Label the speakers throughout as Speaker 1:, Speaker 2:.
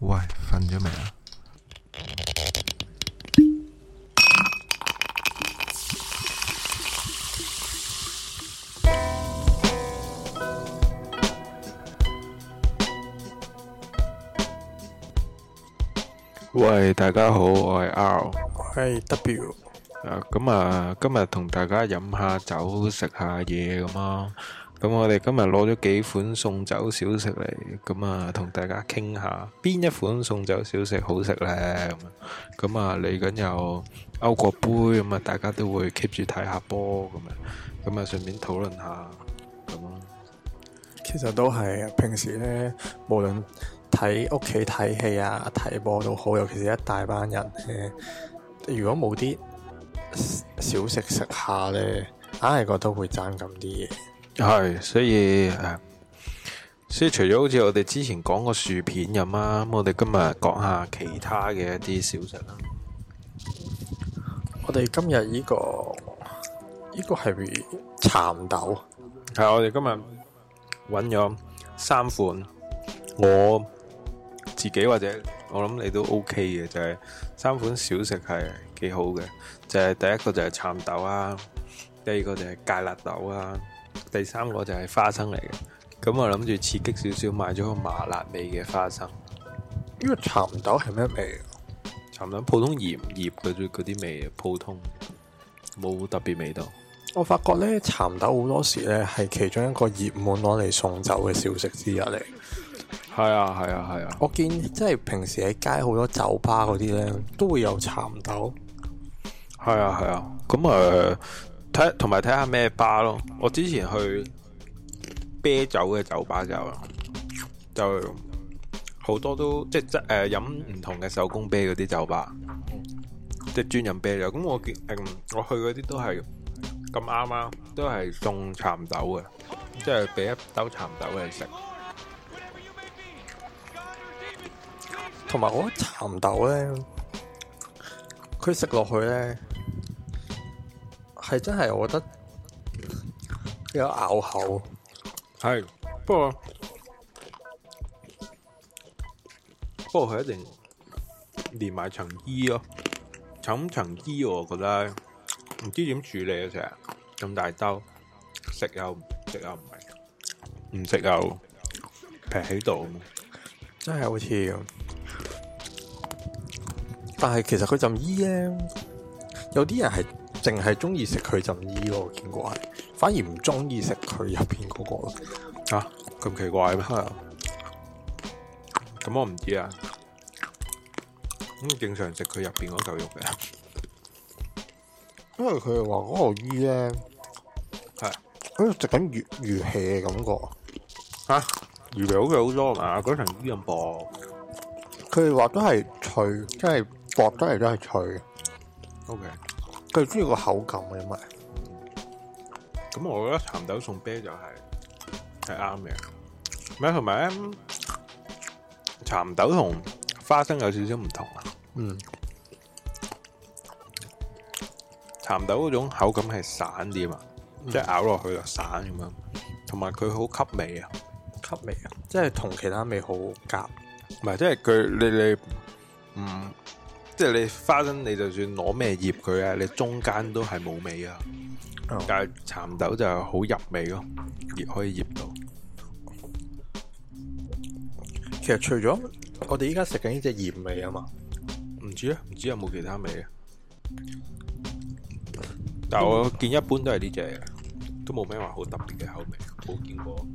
Speaker 1: 喂，瞓咗未啊？喂，大家好，我係 R。
Speaker 2: 系 W，
Speaker 1: 啊，咁啊，今日同大家飲下酒、食下嘢咁啊。咁我哋今日攞咗幾款送酒小食嚟，咁啊，同大家傾下邊一款送酒小食好食呢？咁樣咁啊，嚟緊有歐國杯，咁啊，大家都會 keep 住睇下波咁樣，咁啊，順便討論下咁啊咯。
Speaker 2: 其實都係啊平時咧，無論睇屋企睇戲啊、睇波都好，尤其是一大班人咧，如果冇啲 s- 小食食下咧，硬係覺得會爭咁啲嘢。
Speaker 1: 係，所以誒，所以除咗好似我哋之前講過薯片咁啊，咁我哋今日講下其他嘅一啲小食啊啦。
Speaker 2: 我哋今日呢、個呢、個係蠶豆，
Speaker 1: 係啊我哋今日揾咗三款，我自己或者我諗你都 OK 嘅，就係、三款小食係幾好嘅。就係、第一個就係蠶豆啊，第二個就係芥辣豆啊，第三個就係花生嚟嘅。咁我諗住刺激少少，買咗個麻辣味嘅花生，
Speaker 2: 呢、個蠶豆係咩味啊？
Speaker 1: 蠶豆普通鹽醃嗰啲嗰啲味，普通冇特別味道。
Speaker 2: 我發覺咧，蠶豆好多時咧係其中一個熱門攞嚟送酒嘅小食之一嚟。
Speaker 1: 係啊，係啊，係啊。
Speaker 2: 我見即係平時喺街好多酒吧嗰啲咧，都會有蠶豆。
Speaker 1: 系啊系啊，咁诶睇同埋睇下咩吧咯。我之前去啤酒嘅酒吧就就好多都即係诶饮唔同嘅手工啤嗰啲酒吧，即係專飲啤酒。咁我見嗯我去嗰啲都係咁啱啊，都係送蠶豆嘅，即係俾一兜蠶豆你食。
Speaker 2: 同埋我覺得蠶豆咧，佢食落去咧，係真係我覺得有咬口。
Speaker 1: 系，不過不過佢一定連埋層衣咯，冚層衣我覺得唔知點處理啊！成日咁大兜，食又食又唔係，唔食又平喺度。
Speaker 2: 真係好似咁。但係其實佢浸衣咧，有啲人係淨係中意食佢浸衣咯，我見過係，反而唔中意食佢入邊嗰個咯。
Speaker 1: 啊，咁奇怪咩？
Speaker 2: 係啊，
Speaker 1: 咁我唔知啊。咁正常食佢入邊嗰嚿肉嘅，
Speaker 2: 因為佢話嗰個衣咧，
Speaker 1: 係
Speaker 2: 好似食緊魚魚氣嘅感覺。
Speaker 1: 嚇、啊，魚皮好佢好多啊，嗰層衣咁薄。
Speaker 2: 佢哋話都係脆，即係薄得嚟都係脆嘅。
Speaker 1: O K。
Speaker 2: 佢中意個口感嘅，因為
Speaker 1: 咁我覺得蠶豆送啤就係係啱嘅，咪同埋咧蠶豆同花生有少少唔同啊。
Speaker 2: 嗯，
Speaker 1: 蠶豆嗰種口感係散啲嘛，即係咬落去就散咁樣，同埋佢好吸味啊。
Speaker 2: 吸味啊，即係同其他味好夾。
Speaker 1: 唔係，即係佢你你唔即係你花生，你就算攞咩醃佢啊，你中間都係冇味啊。
Speaker 2: 哦
Speaker 1: 但係蠶豆就好入味咯，醃可以醃到。
Speaker 2: 其實除咗我哋依家食緊呢只鹽味啊嘛，
Speaker 1: 唔知咧，唔知有冇其他味啊？但我見一般都係呢只嘅，都冇咩話好特別嘅口味，冇見過。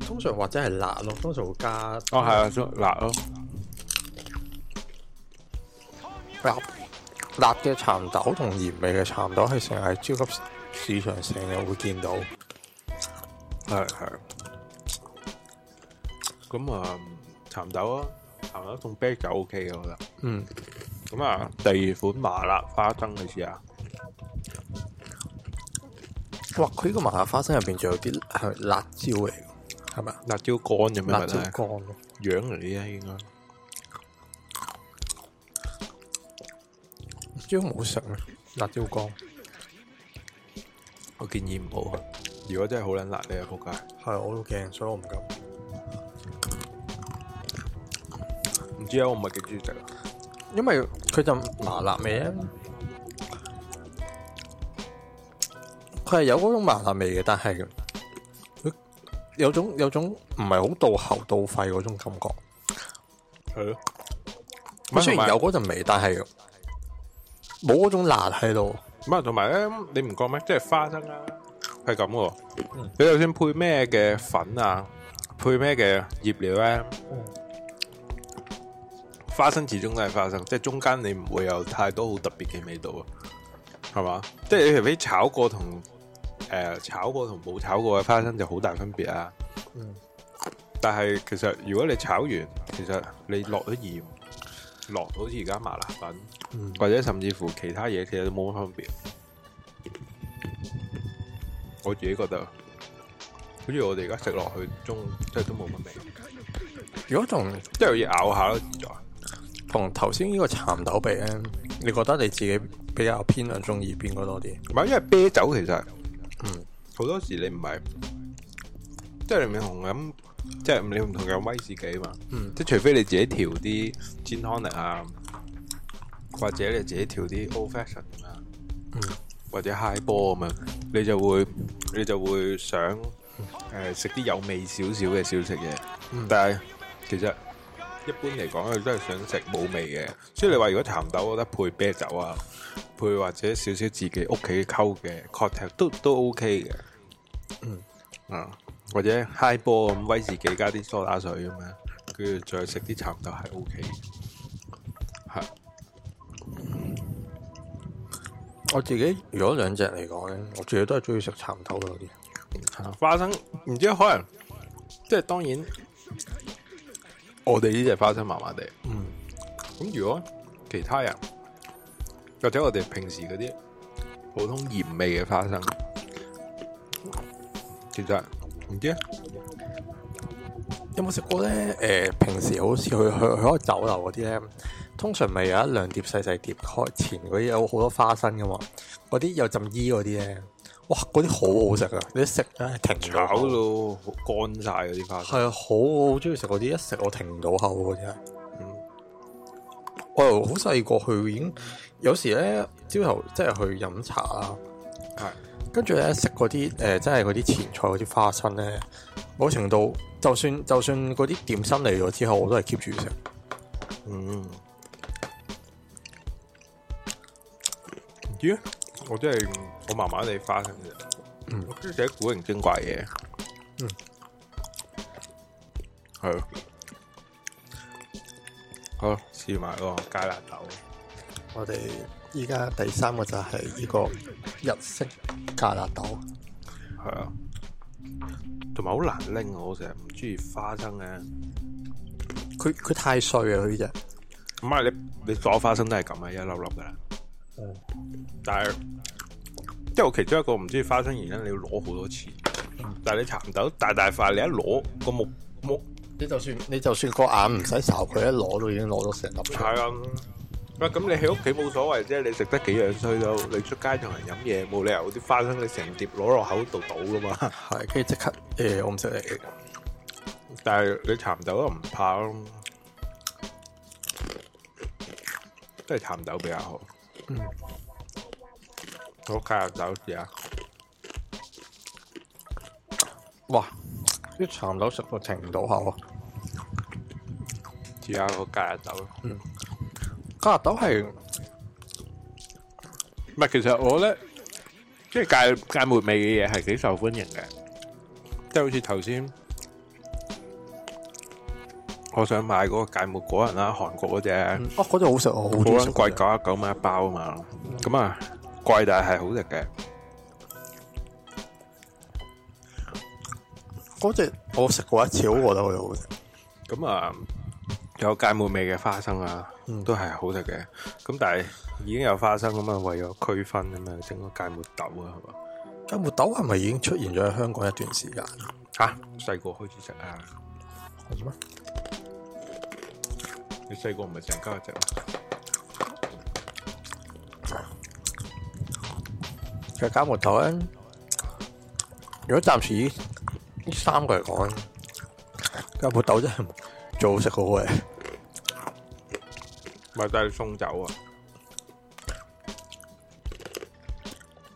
Speaker 2: 通常或者係辣咯，通常會加
Speaker 1: 哦，係啊，所以辣咯，
Speaker 2: 辣辣嘅蠶豆同鹽味嘅蠶豆係成日喺超級市場成日會見到。
Speaker 1: 係係。咁啊，蠶豆啊，蠶豆同啤酒 OK 嘅，我覺得。
Speaker 2: 嗯，
Speaker 1: 咁啊，第二款麻辣花生你試下，
Speaker 2: 哇！佢呢個麻辣花生入邊仲有啲係辣椒嚟嘅，係咪啊？
Speaker 1: 辣椒乾咁樣
Speaker 2: 辣椒
Speaker 1: 咪得
Speaker 2: 乾咯。
Speaker 1: 樣嚟嘅應該。
Speaker 2: 椒唔好食咩？辣椒乾
Speaker 1: 我建議唔好啊，如果真係好撚辣，你啊仆街。
Speaker 2: 係我都驚，所以我唔敢。
Speaker 1: 唔知啊，我唔係幾中意食啊。
Speaker 2: 因為佢就麻辣味啊，佢係有嗰種麻辣味嘅，但係佢有種有種唔係好到喉到肺嗰種感覺。
Speaker 1: 係咯，
Speaker 2: 佢雖然有嗰陣味，但係冇嗰種辣喺度。
Speaker 1: 唔係，同埋咧，你唔覺咩？即係花生啊，係咁喎。
Speaker 2: 嗯
Speaker 1: 你就算配咩嘅粉啊，配咩嘅醃料咧，花生始終都係花生，即係中間你唔會有太多好特別嘅味道啊，係嘛？即係你除非炒過同誒、呃炒過同冇炒過嘅花生就好大分別啊。
Speaker 2: 嗯
Speaker 1: 但係其實如果你炒完，其實你落咗鹽，落好似而家麻辣粉。
Speaker 2: 嗯，
Speaker 1: 或者甚至乎其他嘢，其實都冇乜分別。我自己覺得，好似我哋而家食落去中，即係都冇乜味，
Speaker 2: 如果同
Speaker 1: 即係要咬下咯，自在。
Speaker 2: 同頭先呢個蠶豆比咧，你覺得你自己比較偏向中意邊個多啲？
Speaker 1: 唔係，因為啤酒其實，
Speaker 2: 嗯，
Speaker 1: 好多時你唔係，即係你唔同飲，即係你唔同飲威士忌嘛，
Speaker 2: 嗯
Speaker 1: 即係除非你自己調啲 gin tonic 啊，或者你自己調啲 old fashion 啊，
Speaker 2: 嗯
Speaker 1: 或者 high 波咁樣，你就會你就會想誒食啲有味少少嘅小食嘢，
Speaker 2: 嗯
Speaker 1: 但係其實。一般嚟講，佢都係想食冇味嘅，所以你話如果蠶豆，我覺得配啤酒啊，配或者少少自己屋企溝嘅 cocktail 都都 OK 嘅。嗯，啊，或者 high 波咁威士忌加啲梳打水咁樣，跟住再食啲蠶豆係 OK 嘅。係
Speaker 2: 我自己如果兩隻嚟講咧，我自己都係中意食蠶豆多啲。
Speaker 1: 啊花生，唔知可能即係當然，我哋呢只花生麻麻地。
Speaker 2: 嗯，
Speaker 1: 咁如果其他人或者我哋平時嗰啲普通鹽味嘅花生，其實唔知啊，
Speaker 2: 有冇食過咧？誒、平時好似去去去開酒樓嗰啲咧，通常咪有一兩碟細細碟，開前嗰啲有好多花生噶嘛，嗰啲有浸衣嗰啲咧，哇！嗰啲好好食啊！你一食真係停唔
Speaker 1: 炒
Speaker 2: 到口，
Speaker 1: 到乾晒嗰啲花生。
Speaker 2: 係啊，好好中意食嗰啲，一食我停唔到口嗰啲係。啊
Speaker 1: 嗯
Speaker 2: 我由好細個去已經，有時咧朝頭即係去飲茶啦，
Speaker 1: 係
Speaker 2: 跟住咧食嗰啲誒，即係嗰啲前菜嗰啲花生咧，某程度就算就算嗰啲點心嚟咗之後，我都係 keep 住食。
Speaker 1: 嗯，唔知啊，我真係我麻麻地花生嘅，
Speaker 2: 嗯
Speaker 1: 我中意食啲古靈精怪嘢，
Speaker 2: 嗯，
Speaker 1: 係咯，好試埋嗰個加辣豆，
Speaker 2: 我哋依家第三個就係呢個日式加辣豆，
Speaker 1: 係啊，同埋好難拎啊，我成日唔中意花生嘅，
Speaker 2: 佢佢太碎啊！佢呢只，
Speaker 1: 唔係你啊你所花生都係咁啊，一粒粒噶啦，但係即係我其中一個唔中意花生原因，你要攞好多次。但係你蠶豆大大塊，你一攞個木木
Speaker 2: 你就算你就算個眼唔使睄佢，一攞都已經攞到成粒出嚟。
Speaker 1: 係啊，喂咁你喺屋企冇所謂啫，你食得幾樣衰都，你出街同人飲嘢冇理由啲花生你成碟攞落口度倒噶嘛。
Speaker 2: 啊係，跟住即刻誒、我唔識你。
Speaker 1: 但係你蠶豆都唔怕咯，都係蠶豆比較好。好加入豆試下，
Speaker 2: 哇！啲蠶豆食到停唔到口啊！
Speaker 1: 試下個加入豆。
Speaker 2: 加辣豆係
Speaker 1: 唔係，其實我咧，即係芥芥末味嘅嘢係幾受歡迎嘅，即係好似頭先我想買嗰個芥末果仁啦，韓國嗰只
Speaker 2: 哦，嗰啲好食，我好
Speaker 1: 好
Speaker 2: 中意
Speaker 1: 撚
Speaker 2: 食
Speaker 1: 貴，
Speaker 2: 嗰隻。
Speaker 1: 九啊九蚊一包啊嘛，咁啊貴但係好食嘅，
Speaker 2: 嗰只我食過一次，我覺得佢好食。
Speaker 1: 咁啊有芥末味嘅花生啊，都係好食嘅，咁但係已經有花生咁啊，為咗區分咁啊，整個芥末豆啊，係嘛？
Speaker 2: 芥末豆係咪已經出現咗喺香港一段時間？
Speaker 1: 嚇，細個開始食啊，
Speaker 2: 係咩？
Speaker 1: 你細個唔係成家食咩？
Speaker 2: 其實芥末豆咧，如果暫時呢呢三個嚟講，芥末豆真係最好食好嘅。
Speaker 1: 咪帶你送酒啊？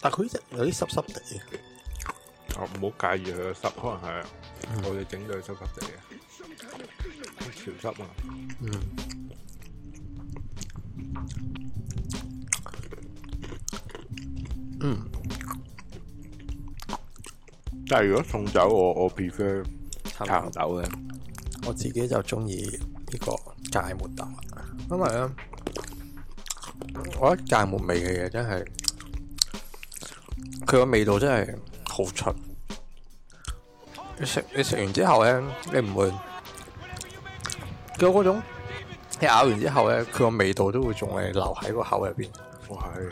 Speaker 2: 但佢呢隻有啲濕濕地嘅，
Speaker 1: 哦，唔好介意佢嘅濕，可能係我哋整到佢濕濕地嘅，潮濕啊！嗯，但係如果送酒，我我 prefer
Speaker 2: 淡
Speaker 1: 橙豆嘅，
Speaker 2: 我自己就中意呢個芥末豆，啊因為咧，我覺得芥末味嘅嘢真係，佢個味道真係好出。你食你食完之後咧，你唔會，佢有嗰種你咬完之後咧，佢個味道都會仲係留喺個口入邊。
Speaker 1: 我係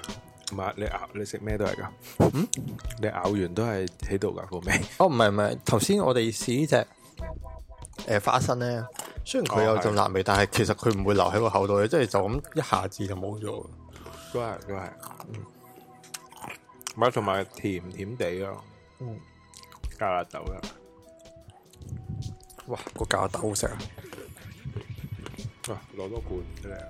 Speaker 1: 唔係你咬你食咩都係㗎？你咬完都係喺度㗎個味。
Speaker 2: 哦，唔係唔係，頭先我哋試呢只誒花生咧，雖然佢有陣辣味，但哦係其實佢唔會留喺個口度嘅，即係就咁一下子就冇咗。
Speaker 1: 都係都係，唔係同埋甜甜地咯，
Speaker 2: 嗯，
Speaker 1: 加辣豆啦，
Speaker 2: 哇，個芥豆好食啊！
Speaker 1: 哇，攞多罐出嚟啊，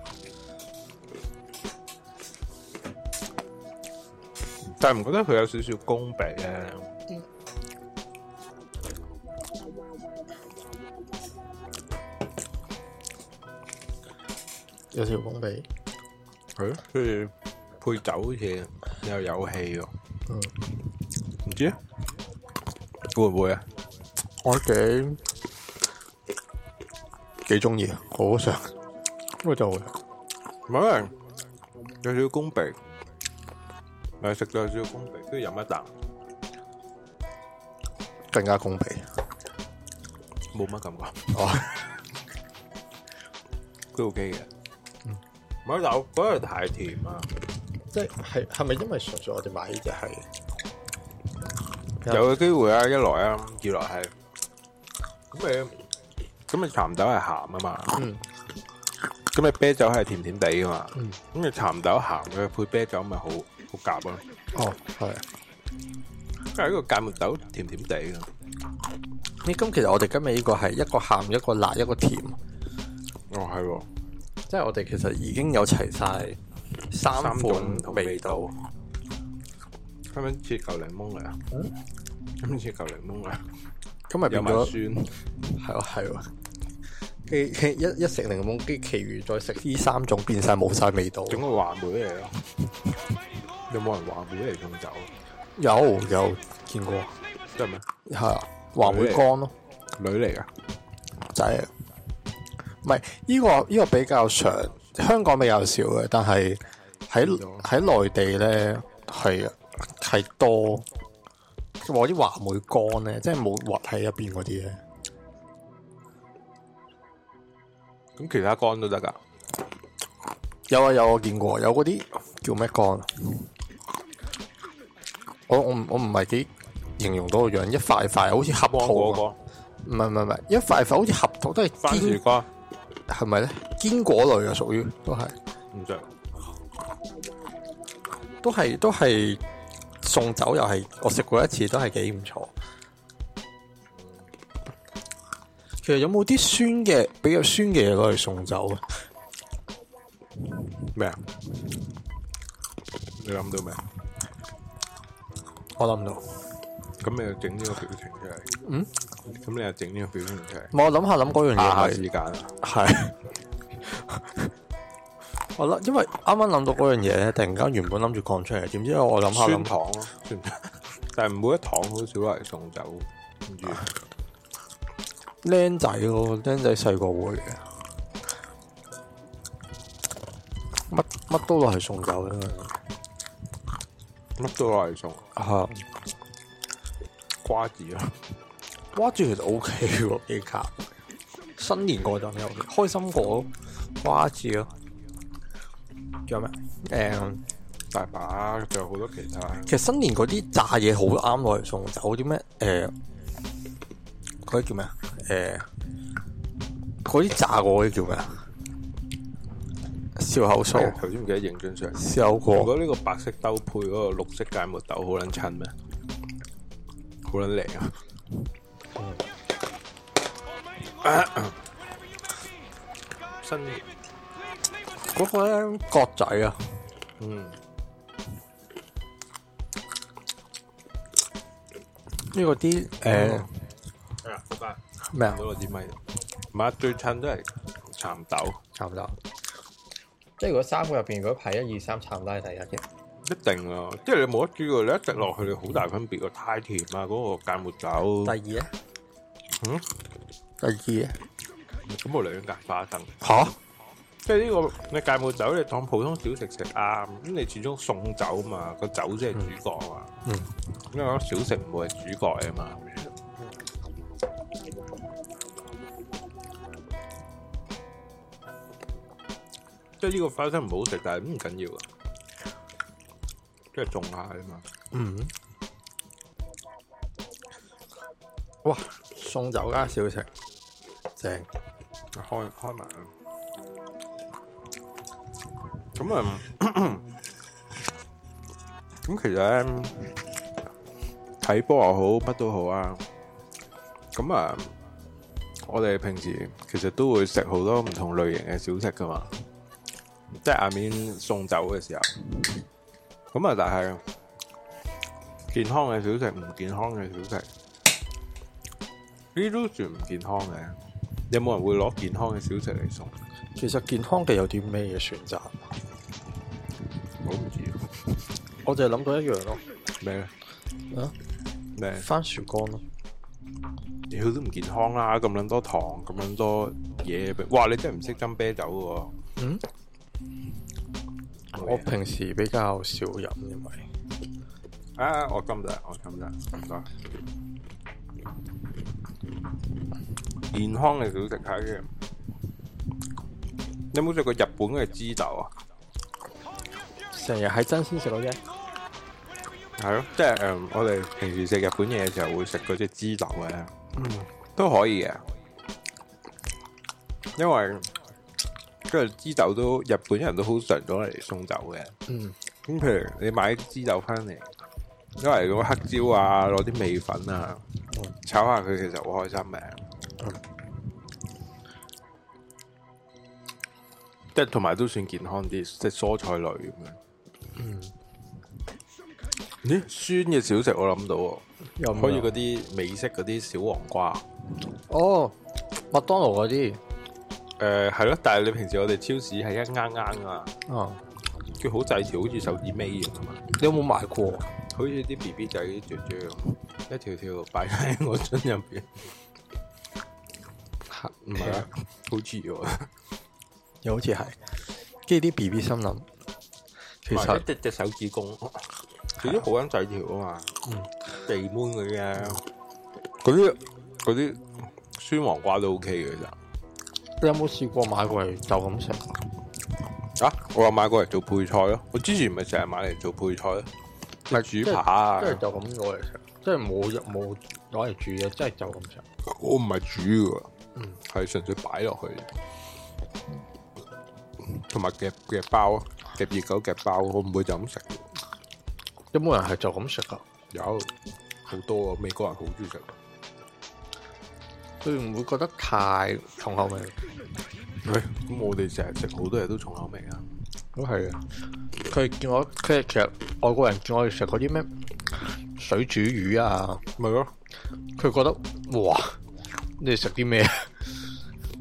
Speaker 1: 但係唔覺得佢有少少攻鼻咧？
Speaker 2: 有條風味，
Speaker 1: 係咯，跟住配酒好似又有氣喎，
Speaker 2: 嗯，
Speaker 1: 唔知啊，會唔會啊？
Speaker 2: 我幾幾中意，好想，因為就
Speaker 1: 唔係，有少少攻鼻，咪食到有少少攻鼻，跟住飲一啖，
Speaker 2: 更加公平。
Speaker 1: 冇乜感覺。
Speaker 2: 哦，
Speaker 1: 都 OK 嘅。唔係，但我覺得佢太甜啊，
Speaker 2: 即係係咪因為純粹我哋買呢只係嗯
Speaker 1: 有嘅機會啊，一來啊，二來係咁你咁你鹹豆係鹹啊嘛，
Speaker 2: 嗯
Speaker 1: 咁你啤酒係甜甜地噶嘛，
Speaker 2: 嗯
Speaker 1: 咁你鹹豆鹹嘅配啤酒咪好好夾咯，
Speaker 2: 哦係？
Speaker 1: 因為呢個芥末豆甜甜地嘅，
Speaker 2: 咦，咁其實我哋今日呢個係一個鹹一個辣一個甜，
Speaker 1: 哦係喎，
Speaker 2: 即係我哋其實已經有齊晒三
Speaker 1: 三種唔
Speaker 2: 款
Speaker 1: 同
Speaker 2: 味
Speaker 1: 味
Speaker 2: 道
Speaker 1: 道。咁樣切嚿檸檬嚟啊，咁樣切嚿檸檬嚟，
Speaker 2: 咁咪
Speaker 1: 有
Speaker 2: 變
Speaker 1: 埋
Speaker 2: 咗
Speaker 1: 酸，
Speaker 2: 係喎係喎，跟住跟住一一食檸檬，跟住其餘再食呢三種變晒冇晒味道。
Speaker 1: 整個話梅嚟咯，有冇人話梅嚟送酒？啊
Speaker 2: 有有見過，
Speaker 1: 真係咩？
Speaker 2: 係啊，話會乾咯，
Speaker 1: 女嚟噶？
Speaker 2: 就係唔係呢個呢、個比較常，香港比較少嘅，但係喺喺內地咧係係多。我啲話梅乾咧，即係冇核喺入邊嗰啲咧，
Speaker 1: 咁其他乾都得噶？
Speaker 2: 有啊有我見過，有嗰啲叫咩乾啊？我我唔我唔係幾形容到個樣，一塊塊好似合
Speaker 1: 芒
Speaker 2: 桃
Speaker 1: 果
Speaker 2: 啊，
Speaker 1: 乾、
Speaker 2: 唔係唔係唔係，一塊塊好似合桃都係
Speaker 1: 番
Speaker 2: 堅
Speaker 1: 薯乾
Speaker 2: 係咪咧？堅果類啊，屬於都係，
Speaker 1: 唔着，
Speaker 2: 都係，都係送酒又係，我食過一次都係幾唔錯。其實有冇啲酸嘅比較酸嘅嘢攞嚟送酒啊？
Speaker 1: 咩啊？你諗到咩？
Speaker 2: 我諗唔到，
Speaker 1: 咁你就整呢個表情出嚟。
Speaker 2: 嗯，
Speaker 1: 咁你又整呢個表情出嚟。
Speaker 2: 我諗下諗嗰樣
Speaker 1: 下
Speaker 2: 嘢
Speaker 1: 下
Speaker 2: 係
Speaker 1: 時間啊！
Speaker 2: 係。 我諗，因為啱啱諗到嗰樣嘢咧，突然間原本諗住講出嚟，點知我諗下
Speaker 1: 酸
Speaker 2: 諗
Speaker 1: 糖咯，酸糖。 但係每一糖好少攞嚟送酒，唔知
Speaker 2: 僆仔咯，僆仔細個會嘅，乜乜都攞嚟送酒啦。
Speaker 1: 乜都攞嚟送
Speaker 2: 嚇，
Speaker 1: 瓜子咯。
Speaker 2: 哇！住其實 O K 喎，幾夾。新年嗰陣又開心過咯，瓜子咯。啊仲有咩？誒、
Speaker 1: 大把，仲有好多其他。
Speaker 2: 其實新年嗰啲炸嘢好啱攞嚟送酒，啲咩誒嗰啲叫咩啊？誒、嗰啲炸過嗰啲叫咩啊？笑口
Speaker 1: 哎呀
Speaker 2: 酥、
Speaker 1: 頭先唔記得認真上。
Speaker 2: 笑口
Speaker 1: 如
Speaker 2: 果，
Speaker 1: 果呢個白色兜配嗰個綠色芥末豆，好撚襯咩？好撚靚啊！新年
Speaker 2: 嗰個咧角仔啊，
Speaker 1: 嗯，呢個啲
Speaker 2: 誒
Speaker 1: 係啊，拜拜。
Speaker 2: 咩啊
Speaker 1: 到？落啲咪，唔係最襯都係蠶豆，
Speaker 2: 差唔多。即係如果三個入邊，如果排一二三，差唔多係第一嘅。
Speaker 1: 一定啊！即係你冇得知㗎，你一直落去你好大分別個太甜啊，嗰、個芥末
Speaker 2: 第
Speaker 1: 酒。
Speaker 2: 二咧？
Speaker 1: 嗯，
Speaker 2: 第二咧？
Speaker 1: 咁我兩格花生，
Speaker 2: 嚇？
Speaker 1: 即係呢、個你芥末酒你當普通小食食啱，咁你始終送酒嘛，個酒先係主角啊嘛。
Speaker 2: 嗯，
Speaker 1: 因為我覺得小食唔會係主角嚟啊嘛。即係呢個花生唔好食，但係唔緊要啊，即係種下啊嘛。
Speaker 2: 嗯。哇！送酒加小食，正。
Speaker 1: 開開埋啦。咁啊， 咁其實咧睇波又好，乜都好啊。咁啊，我哋平時其實都會食好多唔同類型嘅小食噶嘛，即係下面送酒嘅時候。咁啊，但係健康嘅小食，唔健康嘅小食，呢啲都算唔健康嘅。有冇人會攞健康嘅小食嚟送？
Speaker 2: 其實健康嘅有啲咩嘢選擇？
Speaker 1: 我唔知
Speaker 2: 我就係諗到一樣咯，
Speaker 1: 咩咧？
Speaker 2: 啊，
Speaker 1: 咩？
Speaker 2: 番薯乾咯。
Speaker 1: 屌都唔健康啦！咁撚多糖，咁撚多嘢俾，哇！你真係唔識斟啤酒嘅
Speaker 2: 嗯，
Speaker 1: 喎。
Speaker 2: 我平時比較少飲，因為
Speaker 1: 啊，我斟得，我斟得，唔該。健康嘅小食係嘅。你有冇食過日本嘅枝豆啊？
Speaker 2: 成日喺真先食到啫。
Speaker 1: 係咯，即係誒、嗯我哋平時食日本嘢嘅時候會食嗰只枝豆嘅。
Speaker 2: 嗯，
Speaker 1: 都可以嘅，因為跟住枝豆都日本人都好常攞嚟送酒嘅。
Speaker 2: 嗯，
Speaker 1: 咁譬如你買枝豆翻嚟，攞嚟咁黑椒啊，攞啲味粉啊
Speaker 2: 嗯，
Speaker 1: 炒下佢其實好開心嘅
Speaker 2: 嗯。
Speaker 1: 即係同埋都算健康啲，即係蔬菜類咁樣。咦，酸嘅小食我諗到喎，
Speaker 2: 又唔
Speaker 1: 可以嗰啲美式嗰啲小黃瓜。
Speaker 2: 哦，麥當勞嗰啲。
Speaker 1: 誒呃係咯，但係你平時我哋超市係一啱啱啊，
Speaker 2: 哦，
Speaker 1: 佢好細條，好似手指尾咁啊嘛，
Speaker 2: 你有冇買過？
Speaker 1: 好似啲 B B 仔啲雀雀咁，一條條擺喺我樽入邊，唔係啊，好似喎，
Speaker 2: 又好似係。跟住啲 B B 心諗，其
Speaker 1: 唔係一
Speaker 2: 實
Speaker 1: 隻隻手指公，佢啲好撚細條啊嘛，地捫嗰啲啊，嗰啲嗰啲酸黃瓜都 OK 嘅其實，
Speaker 2: 你有冇試過買過嚟就咁食？
Speaker 1: 啊，我話買過嚟做配菜咯，我之前咪成日買嚟做配菜咯，咪
Speaker 2: 即
Speaker 1: 煮
Speaker 2: 係
Speaker 1: 扒啊
Speaker 2: 即，係就咁攞嚟食，即係冇入冇攞嚟煮嘅，即係就咁食。
Speaker 1: 我唔係煮噶。
Speaker 2: 嗯，
Speaker 1: 係純粹擺落去，同埋夾夾包啊，夾熱狗夾包，我唔會就咁食。
Speaker 2: 有冇人係就咁食噶？
Speaker 1: 有好多啊，美國人好中意食，
Speaker 2: 佢唔會覺得太重口 味。
Speaker 1: 咁我哋成日食好多嘢都重口味啊。
Speaker 2: 都係啊！佢見我，佢其實外國人見我哋食嗰啲咩水煮魚啊，
Speaker 1: 咪咯，
Speaker 2: 佢覺得哇，你哋食啲咩？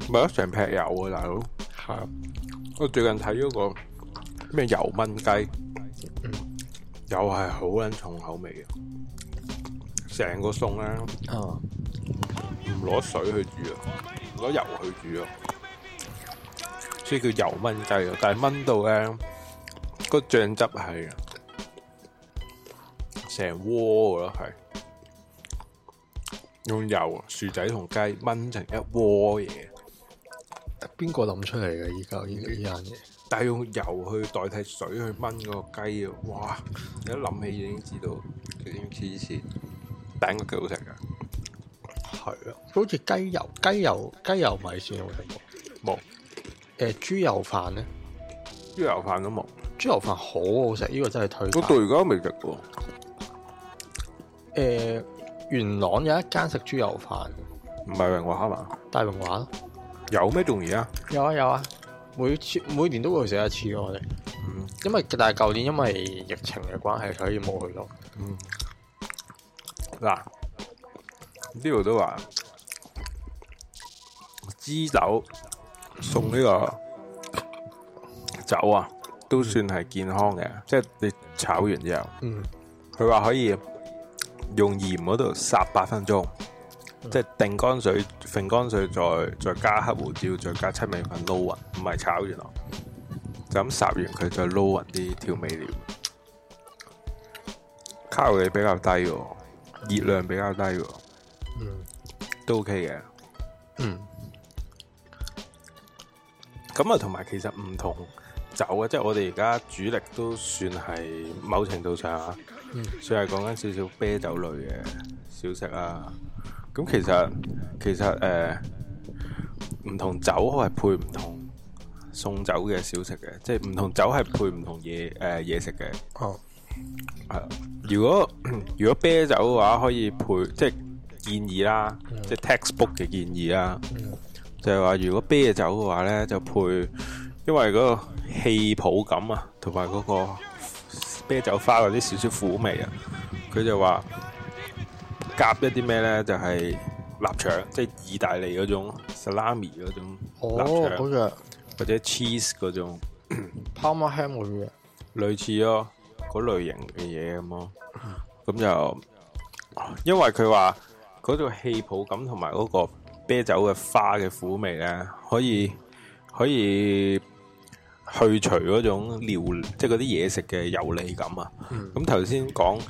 Speaker 1: 咪咯，成劈油啊，大佬！
Speaker 2: 係啊，
Speaker 1: 我最近睇咗個咩油燜雞，又係好撚重口味嘅，成個餸咧
Speaker 2: 啊，
Speaker 1: 唔攞水去煮啊，唔攞油去煮啊，所以叫油燜雞啊。但係燜到咧，個醬汁係成鍋噶咯，係用油、薯仔同雞燜成一鍋嘢，
Speaker 2: 邊個諗出嚟嘅？依家呢呢樣嘢，
Speaker 1: 但係用油去代替水去燜嗰個雞啊！哇，你一諗起已經知道佢點黐線，但應該幾好食啊㗎，
Speaker 2: 係啊，好似雞油、雞油、雞油米線有冇食過？
Speaker 1: 冇
Speaker 2: 誒，豬油飯咧，
Speaker 1: 豬油飯都冇，
Speaker 2: 豬油飯好好食，呢個真係推介。
Speaker 1: 我到而家都未食過。
Speaker 2: 誒，呃元朗有一間食豬油飯，
Speaker 1: 唔係榮華啊嘛？
Speaker 2: 大榮華咯，
Speaker 1: 有咩仲而家？
Speaker 2: 有啊有啊，每次每年都會食一次咯我哋，
Speaker 1: 嗯
Speaker 2: 因為但係舊年因為疫情嘅關係，所以冇去到。
Speaker 1: 嗯，嗱，呢度都話支酒送呢個酒啊，都算係健康嘅，即係你炒完之後，
Speaker 2: 嗯，
Speaker 1: 佢話可以用鹽嗰度烚八分鐘，即係定乾水、揈乾水，再再加黑胡椒，再加七味粉撈勻，唔係炒完咯，就咁烚完佢再撈勻啲調味料，卡路里比較低喎，熱量比較低喎，
Speaker 2: 嗯，
Speaker 1: 都 OK 嘅。
Speaker 2: 嗯，
Speaker 1: 咁啊，同埋其實唔同酒啊，即係我哋而家主力都算係某程度上啊，
Speaker 2: 嗯
Speaker 1: 算係講緊少少啤酒類嘅小食啊。咁其實其實誒唔、同酒係配唔同送酒嘅小食嘅，即係唔同酒係配唔同嘢誒嘢食嘅。
Speaker 2: 哦，
Speaker 1: 係啦啊如果 如果啤酒嘅話，可以配即係建議啦，
Speaker 2: 嗯
Speaker 1: 即係 textbook 嘅建議啦，就係話如果啤酒嘅話咧，就配因為嗰個氣泡感啊，同埋嗰個啤酒花嗰啲少少苦味啊，佢就話夾一啲咩咧，就係、臘腸，即係意大利嗰種 salami 嗰種
Speaker 2: 哦，
Speaker 1: 臘腸，
Speaker 2: 嗰只
Speaker 1: 或者 cheese 嗰種
Speaker 2: Parma ham 嗰啲嘢，
Speaker 1: 類似咯，嗰類型嘅嘢咁咯。
Speaker 2: 啊
Speaker 1: 咁就因為佢話嗰種氣泡感同埋嗰個啤酒嘅花嘅苦味咧，可以可以去除嗰種料，即係嗰啲嘢食嘅油膩感啊。
Speaker 2: 嗯
Speaker 1: 咁頭先講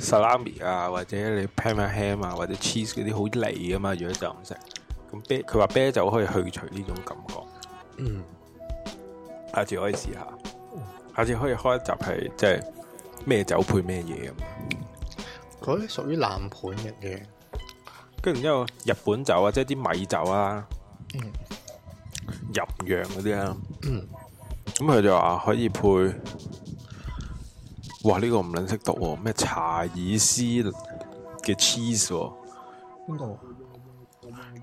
Speaker 1: salami 啊，或者你 pan ham 啊，或者 cheese 嗰啲好膩噶嘛，如果就咁食。咁啤佢話啤酒可以去除呢種感覺。
Speaker 2: 嗯，
Speaker 1: 下次可以試下，下次可以開一集係即係咩酒配咩嘢咁。
Speaker 2: 嗰啲屬於冷盤嘅嘢。
Speaker 1: 跟住然之後日本酒啊，即係啲米酒啊，
Speaker 2: 嗯
Speaker 1: 吟釀嗰啲啊，
Speaker 2: 嗯
Speaker 1: 咁佢就話可以配，哇呢、個唔撚識讀喎，咩查爾斯嘅 cheese 喎、
Speaker 2: 邊度？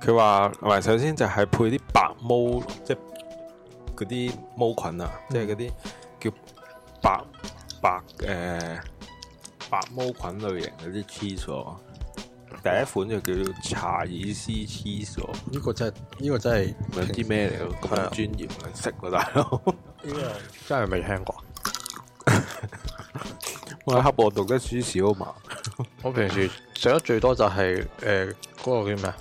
Speaker 1: 佢話：，喂，首先就係配啲白毛，即係嗰啲毛菌啊，即係嗰啲叫白白誒、呃白毛菌類型嗰啲 cheese 喎。第一款就叫做查爾斯 cheese 喎，
Speaker 2: 呢個真係呢個真係
Speaker 1: 唔係啲咩嚟喎？咁
Speaker 2: 係啊
Speaker 1: 專業唔識喎，大佬。
Speaker 2: 呢個真係未聽過。
Speaker 1: 我喺黑我讀得書少啊嘛，
Speaker 2: 我平時食得最多就係誒嗰個叫咩啊？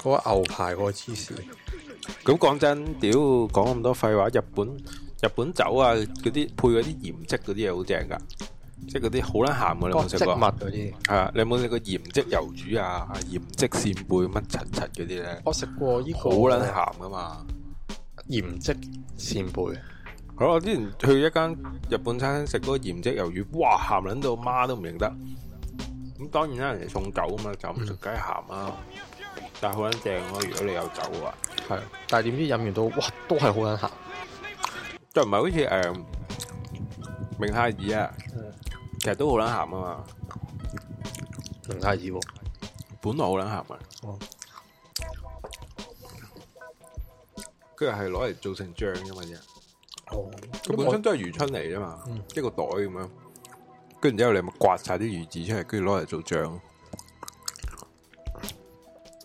Speaker 2: 嗰個牛排嗰個芝士。
Speaker 1: 咁講真，屌講咁多廢話，日本日本酒啊，嗰啲配嗰啲鹽漬嗰啲嘢好正㗎，即係嗰啲好撚鹹㗎，你有
Speaker 2: 哦
Speaker 1: 冇食過？
Speaker 2: 嗰啲，
Speaker 1: 系啊，你有冇食過鹽漬魷魚啊、鹽漬扇貝乜柒柒嗰啲咧？
Speaker 2: 我食過呢個
Speaker 1: 好撚鹹噶嘛！
Speaker 2: 鹽漬扇貝，
Speaker 1: 好啦，我之前去一間日本餐廳食嗰個鹽漬魷魚，哇鹹撚到媽都唔認得。咁當然啦，人哋送酒啊嘛，酒唔食梗係鹹啦。但係好撚正咯，如果你有酒啊嘅話，
Speaker 2: 係，但係點知飲完到，哇，都係好撚鹹。
Speaker 1: 就唔係好似誒明太子啊，其實都好撚鹹啊嘛，
Speaker 2: 明太子喎，
Speaker 1: 本來好撚鹹啊
Speaker 2: 哦。
Speaker 1: 跟住係攞嚟做成醬㗎嘛啫。
Speaker 2: 哦，
Speaker 1: 佢本身都係魚春嚟啫嘛
Speaker 2: 嗯，
Speaker 1: 一個袋咁樣，跟住然之後你咪刮晒啲魚子出嚟，跟住攞嚟做醬。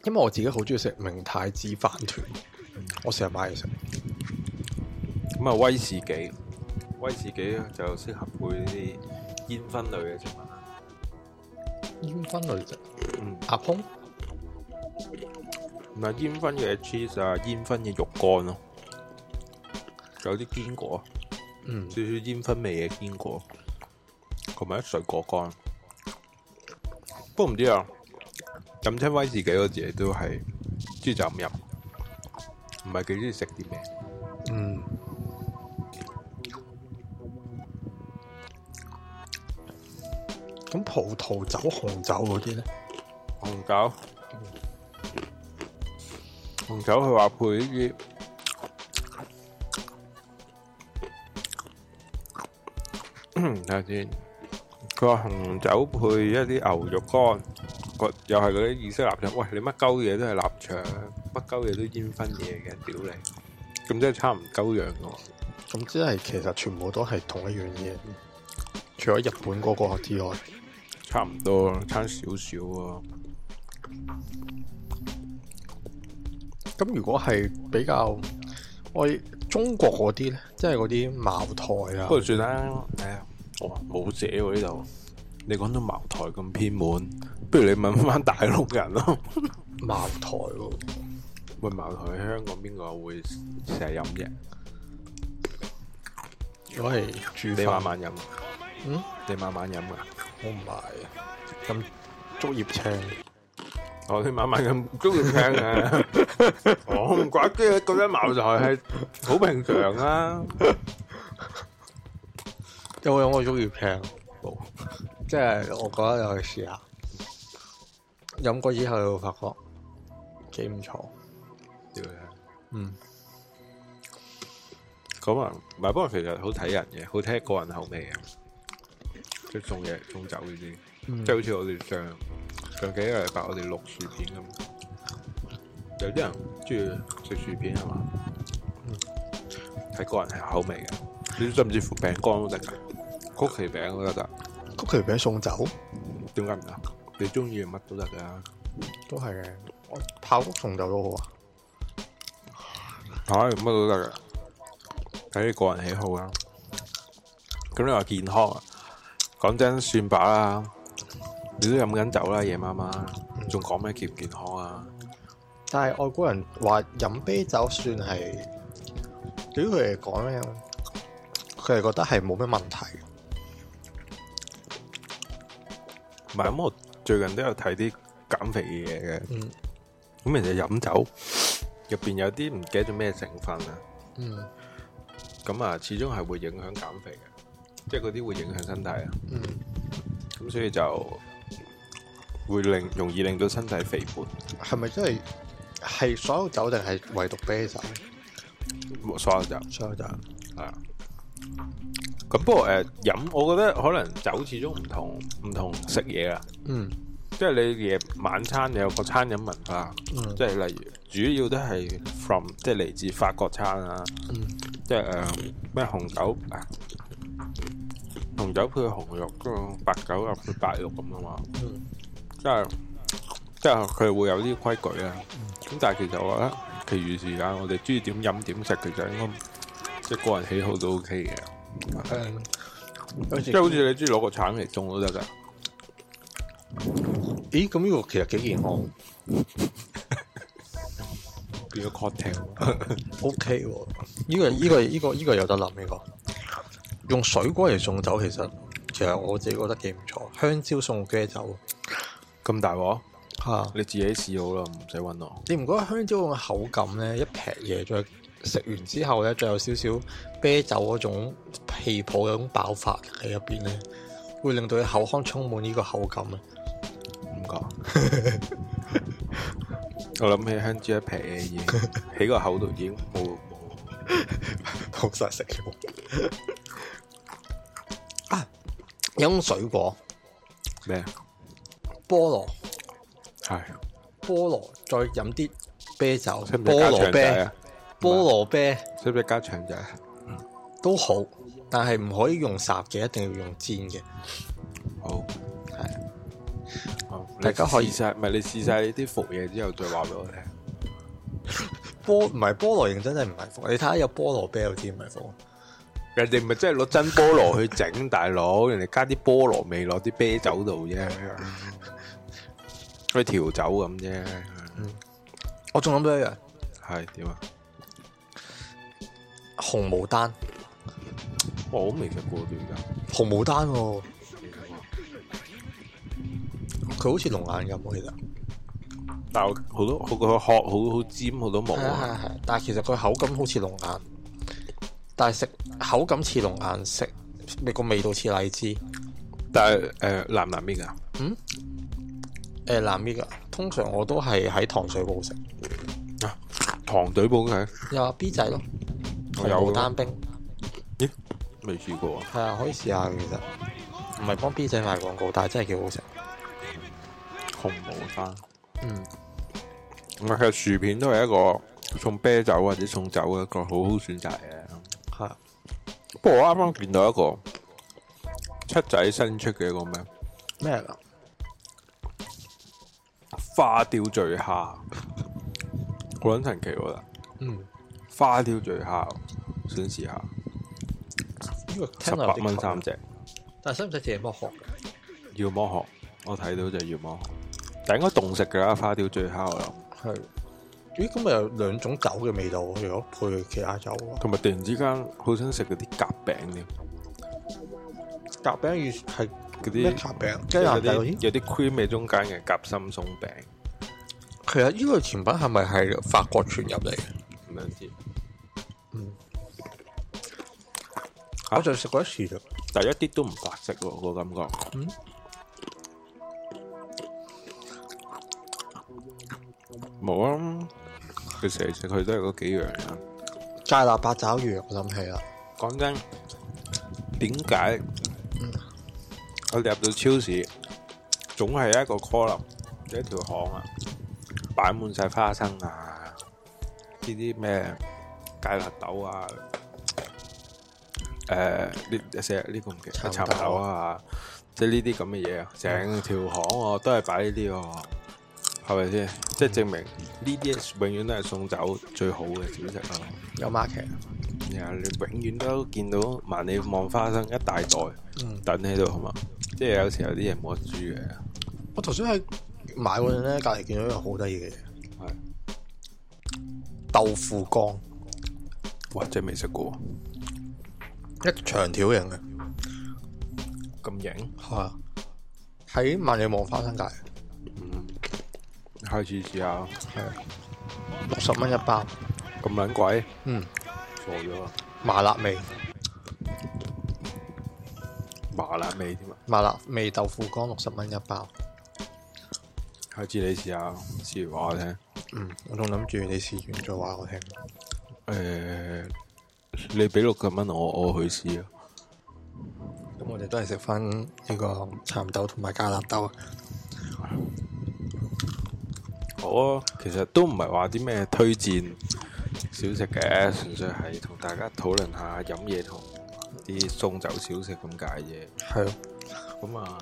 Speaker 2: 因為我自己好中意食明太子飯團，我成日買嚟食。
Speaker 1: 咁啊威士忌，威士忌就適合配呢啲煙燻類嘅食物。
Speaker 2: 煙燻類食
Speaker 1: 嗯，
Speaker 2: 鴨胸，
Speaker 1: 嗱煙燻嘅 cheese 啊，煙燻嘅肉乾咯，仲有啲堅果，
Speaker 2: 嗯
Speaker 1: 少少煙燻味嘅堅果，同埋啲水果乾。不過唔知啊，飲親威士忌我自己都係中意就咁飲，唔係幾中意食啲咩。
Speaker 2: 嗯，咁葡萄酒、紅酒嗰啲咧，
Speaker 1: 紅酒，紅酒佢話配呢 啲嗯，睇下先。佢話紅酒配一啲牛肉乾，個又係嗰啲意式臘腸。喂，你乜鳩嘢都係臘腸，乜鳩嘢都煙燻嘢嘅，屌你！咁即係差唔鳩樣噶。
Speaker 2: 咁即係其實全部都係同一樣嘢，除咗日本嗰個之外，
Speaker 1: 差唔多啦，差少少啊。
Speaker 2: 咁如果係比較我中國嗰啲咧，即係嗰啲茅台啊
Speaker 1: 不，過算啦，哎呀，哦冇寫喎呢度。你講到茅台咁偏門，不如你問翻大陸人咯。
Speaker 2: 茅台喎，
Speaker 1: 喂，茅台喺香港邊個會成日飲啫？
Speaker 2: 如果係煮
Speaker 1: 你慢
Speaker 2: 飯，
Speaker 1: 慢飲，
Speaker 2: 嗯，
Speaker 1: 你慢慢飲噶。
Speaker 2: 我唔買。啊咁竹葉青，
Speaker 1: 我你慢慢飲，中意聽啊！我唔怪之覺得茅台係好平常啊，
Speaker 2: 有冇飲過竹葉青？冇，即係我覺得有去試下。飲過之後，你會發覺幾唔錯。
Speaker 1: 屌你！
Speaker 2: 嗯，
Speaker 1: 咁啊，唔係，不過其實好睇人嘅，好睇個人口味嘅，即係送嘢送酒呢啲，
Speaker 2: 嗯
Speaker 1: 即係好似我哋上上幾個禮拜我哋錄薯片咁，有啲人中意食薯片係嘛？睇個人係口味嘅，你甚至乎餅乾都得㗎，曲奇餅都得㗎，
Speaker 2: 曲奇餅送酒
Speaker 1: 點解唔得？你中意乜都得㗎。
Speaker 2: 都係嘅，我炮谷送酒都好啊。
Speaker 1: 唉，乜都得噶，睇你個人喜好啦。咁你話健康啊？講真，算把啦，你都飲緊酒啦，夜媽媽，仲講咩健唔健康啊？
Speaker 2: 但係外國人話飲啤酒算係，對於佢嚟講咧，佢係覺得係冇咩問題。
Speaker 1: 唔係咁，我最近都有睇啲減肥嘅嘢嘅。
Speaker 2: 嗯
Speaker 1: 咁人哋飲酒入邊有啲唔記得咗咩成分啊，
Speaker 2: 嗯
Speaker 1: 咁啊，始終係會影響減肥嘅，即係嗰啲會影響身體啊。
Speaker 2: 嗯，
Speaker 1: 咁所以就會令容易令到身體肥胖。
Speaker 2: 係咪真係係所有酒定係唯獨啤酒？
Speaker 1: 所有就。
Speaker 2: 所有酒
Speaker 1: 系啊。咁不過诶，饮、飲我覺得可能酒始終唔同唔同食嘢啊，
Speaker 2: 嗯
Speaker 1: 即係你夜晚餐你有個餐飲文化，
Speaker 2: 嗯
Speaker 1: 即係例如主要都係 from 即係嚟自法國餐啊，
Speaker 2: 嗯
Speaker 1: 即係诶咩紅酒啊，紅酒配紅肉咯，白酒啊配白肉咁啊嘛，
Speaker 2: 嗯
Speaker 1: 即係即係佢會有啲規矩啊。咁但係其實我覺得，其餘時間我哋中意點飲點食，其實應該即係個人喜好都 OK 嘅。
Speaker 2: 嗯，有時
Speaker 1: 即係好似你中意攞個橙嚟種都得㗎，
Speaker 2: 咦咁呢個其實幾健康
Speaker 1: 變咗 cocktail。
Speaker 2: ，OK 喎。呢個呢個呢個呢個有得諗呢個。用水果嚟送酒其實其實我自己覺得幾唔錯，香蕉送啤酒
Speaker 1: 咁大鑊，
Speaker 2: 嚇。
Speaker 1: 你自己試好啦，唔使揾我。
Speaker 2: 你唔覺得香蕉嘅口感咧，一劈嘢再食完之後咧，再有少少啤酒嗰種氣泡嗰種爆發力喺入邊咧，會令到你口腔充滿呢個口感啊！
Speaker 1: 唔講。我諗起香蕉一皮嘅嘢，喺個口度已經冇冇
Speaker 2: 好晒食啊！有種水果
Speaker 1: 咩？
Speaker 2: 菠蘿，
Speaker 1: 係
Speaker 2: 菠蘿再飲啲啤酒，
Speaker 1: 使唔
Speaker 2: 菠
Speaker 1: 使加腸仔
Speaker 2: 蘿啤
Speaker 1: 啊，？
Speaker 2: 菠蘿啤
Speaker 1: 使唔使加腸仔啊？
Speaker 2: 都好，但係唔可以用烚嘅，一定要用煎嘅。
Speaker 1: 好，
Speaker 2: 係
Speaker 1: 好
Speaker 2: 大家可以
Speaker 1: 你試晒，唔係你試晒呢啲服嘢之後再話俾我聽。
Speaker 2: 菠唔係菠蘿，認真真係唔係福。你睇下有菠蘿啤有啲唔係福。
Speaker 1: 人哋咪真係攞真菠蘿去整，大佬，人哋加啲菠蘿味落啲啤酒度 啫，去調酒咁啫。
Speaker 2: 我仲諗到一樣
Speaker 1: 係點啊？
Speaker 2: 紅毛丹，
Speaker 1: 我好未食過點㗎？
Speaker 2: 紅毛丹喎、佢好似龍眼咁喎，其實
Speaker 1: 但係好多好個殼好好尖好多毛
Speaker 2: 係
Speaker 1: 啊！
Speaker 2: 係係，但係其實佢口感好似龍眼，但係食口感似龍眼，食個味道似荔枝。
Speaker 1: 但係誒南唔南邊㗎？
Speaker 2: 誒南邊噶，通常我都係喺糖水鋪食，
Speaker 1: 啊糖水煲佢
Speaker 2: 又話 B 仔咯，
Speaker 1: 我
Speaker 2: 紅
Speaker 1: 有
Speaker 2: 毛
Speaker 1: 咯
Speaker 2: 丹冰
Speaker 1: 未試過啊！
Speaker 2: 係啊，可以試下嘅其實，唔係幫 B 仔賣廣告，但係真係幾好食。
Speaker 1: 紅毛山
Speaker 2: 嗯
Speaker 1: 嗯咁啊，其實薯片都係一個送啤酒或者送酒嘅一個好好選擇嘅。
Speaker 2: 係啊
Speaker 1: 不過我啱啱見到一個七仔新出嘅一個咩
Speaker 2: 咩嚟㗎？
Speaker 1: 花雕醉蝦，好撚神奇喎！我覺得
Speaker 2: 嗯，
Speaker 1: 花雕醉蝦，想試下
Speaker 2: 呢個
Speaker 1: 十
Speaker 2: 聽落
Speaker 1: 八
Speaker 2: 有啲
Speaker 1: 蚊
Speaker 2: 近
Speaker 1: 三隻，
Speaker 2: 但係使唔使自己剝殼㗎？
Speaker 1: 要魔殼，我睇到就要魔殼，但應該凍食㗎啦，花雕醉蝦我諗
Speaker 2: 係。咦，咁咪有兩種酒嘅味道喎，如果配其他酒嘅話，
Speaker 1: 同埋突然之間好想食嗰啲夾餅添，
Speaker 2: 夾餅要係
Speaker 1: 嗰
Speaker 2: 咩
Speaker 1: 啲
Speaker 2: 夾餅？雞
Speaker 1: 即係有
Speaker 2: 蛋餅嗰
Speaker 1: 啲
Speaker 2: 啲
Speaker 1: 有啲 cream 喺中間嘅夾心鬆餅
Speaker 2: 其實呢個甜品係咪係法國傳入嚟嘅？
Speaker 1: 咁樣添。
Speaker 2: 我就食過一次啫。
Speaker 1: 但一啲都唔白色喎，個感覺。
Speaker 2: 嗯
Speaker 1: 冇啊，佢成日食佢都係嗰幾樣啊嘢。
Speaker 2: 芥辣八爪魚，我諗起啦。
Speaker 1: 講真，點解我哋入到超市，總係一個 column，一條巷啊，擺滿晒花生啊，呢啲咩芥辣豆啊，誒呢成日呢個唔記得，
Speaker 2: 蠶
Speaker 1: 蠶
Speaker 2: 豆
Speaker 1: 豆啊，即係呢啲咁嘅嘢啊，成條巷喎都係擺呢啲喎，係咪先？即係證明呢啲永遠都係送走最好嘅小食咯。
Speaker 2: 有 market，
Speaker 1: 然後你永遠都見到萬里望花生一大袋
Speaker 2: 嗯，
Speaker 1: 等喺度，係嘛？即係有時候有啲嘢冇得煮嘅，
Speaker 2: 我頭先喺買嗰陣咧，隔離見到一個好得意嘅嘢，
Speaker 1: 係
Speaker 2: 豆腐乾，
Speaker 1: 或者未食過
Speaker 2: 一長條型嘅，
Speaker 1: 咁型，
Speaker 2: 係啊，喺萬里望花生界，
Speaker 1: 開始試下
Speaker 2: 係啊六十蚊一包，
Speaker 1: 咁撚貴，
Speaker 2: 嗯，
Speaker 1: 傻咗啊！
Speaker 2: 麻辣味，
Speaker 1: 麻辣味添啊！
Speaker 2: 麻辣味豆腐乾六十蚊一包，
Speaker 1: 下次你試下，試完話我聽。誒、
Speaker 2: 嗯，我仲諗住你試完再話我聽，
Speaker 1: 你俾六十蚊我，我去試啊！
Speaker 2: 咁我哋都係食翻呢個蠶豆同埋芥辣豆，啊
Speaker 1: 好啊，其實都唔係話啲咩推薦小食嘅，純粹係同大家討論下飲嘢同啲送酒小食咁解啫。
Speaker 2: 係咯，
Speaker 1: 咁啊，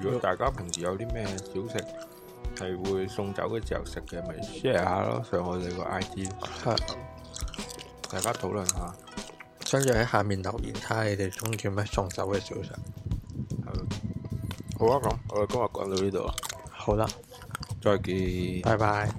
Speaker 1: 如果大家平時有啲咩小食係會送酒嘅時候食嘅，咪 share 下咯，上我哋個 IG，
Speaker 2: 係啊。
Speaker 1: 大家討論下，
Speaker 2: 跟住喺下面留言，睇下你哋中意咩送酒嘅小食。
Speaker 1: 係咯 Ờ, 好啊，咁我哋今日講到呢度啊，
Speaker 2: 好啦，
Speaker 1: 再見。
Speaker 2: 拜拜。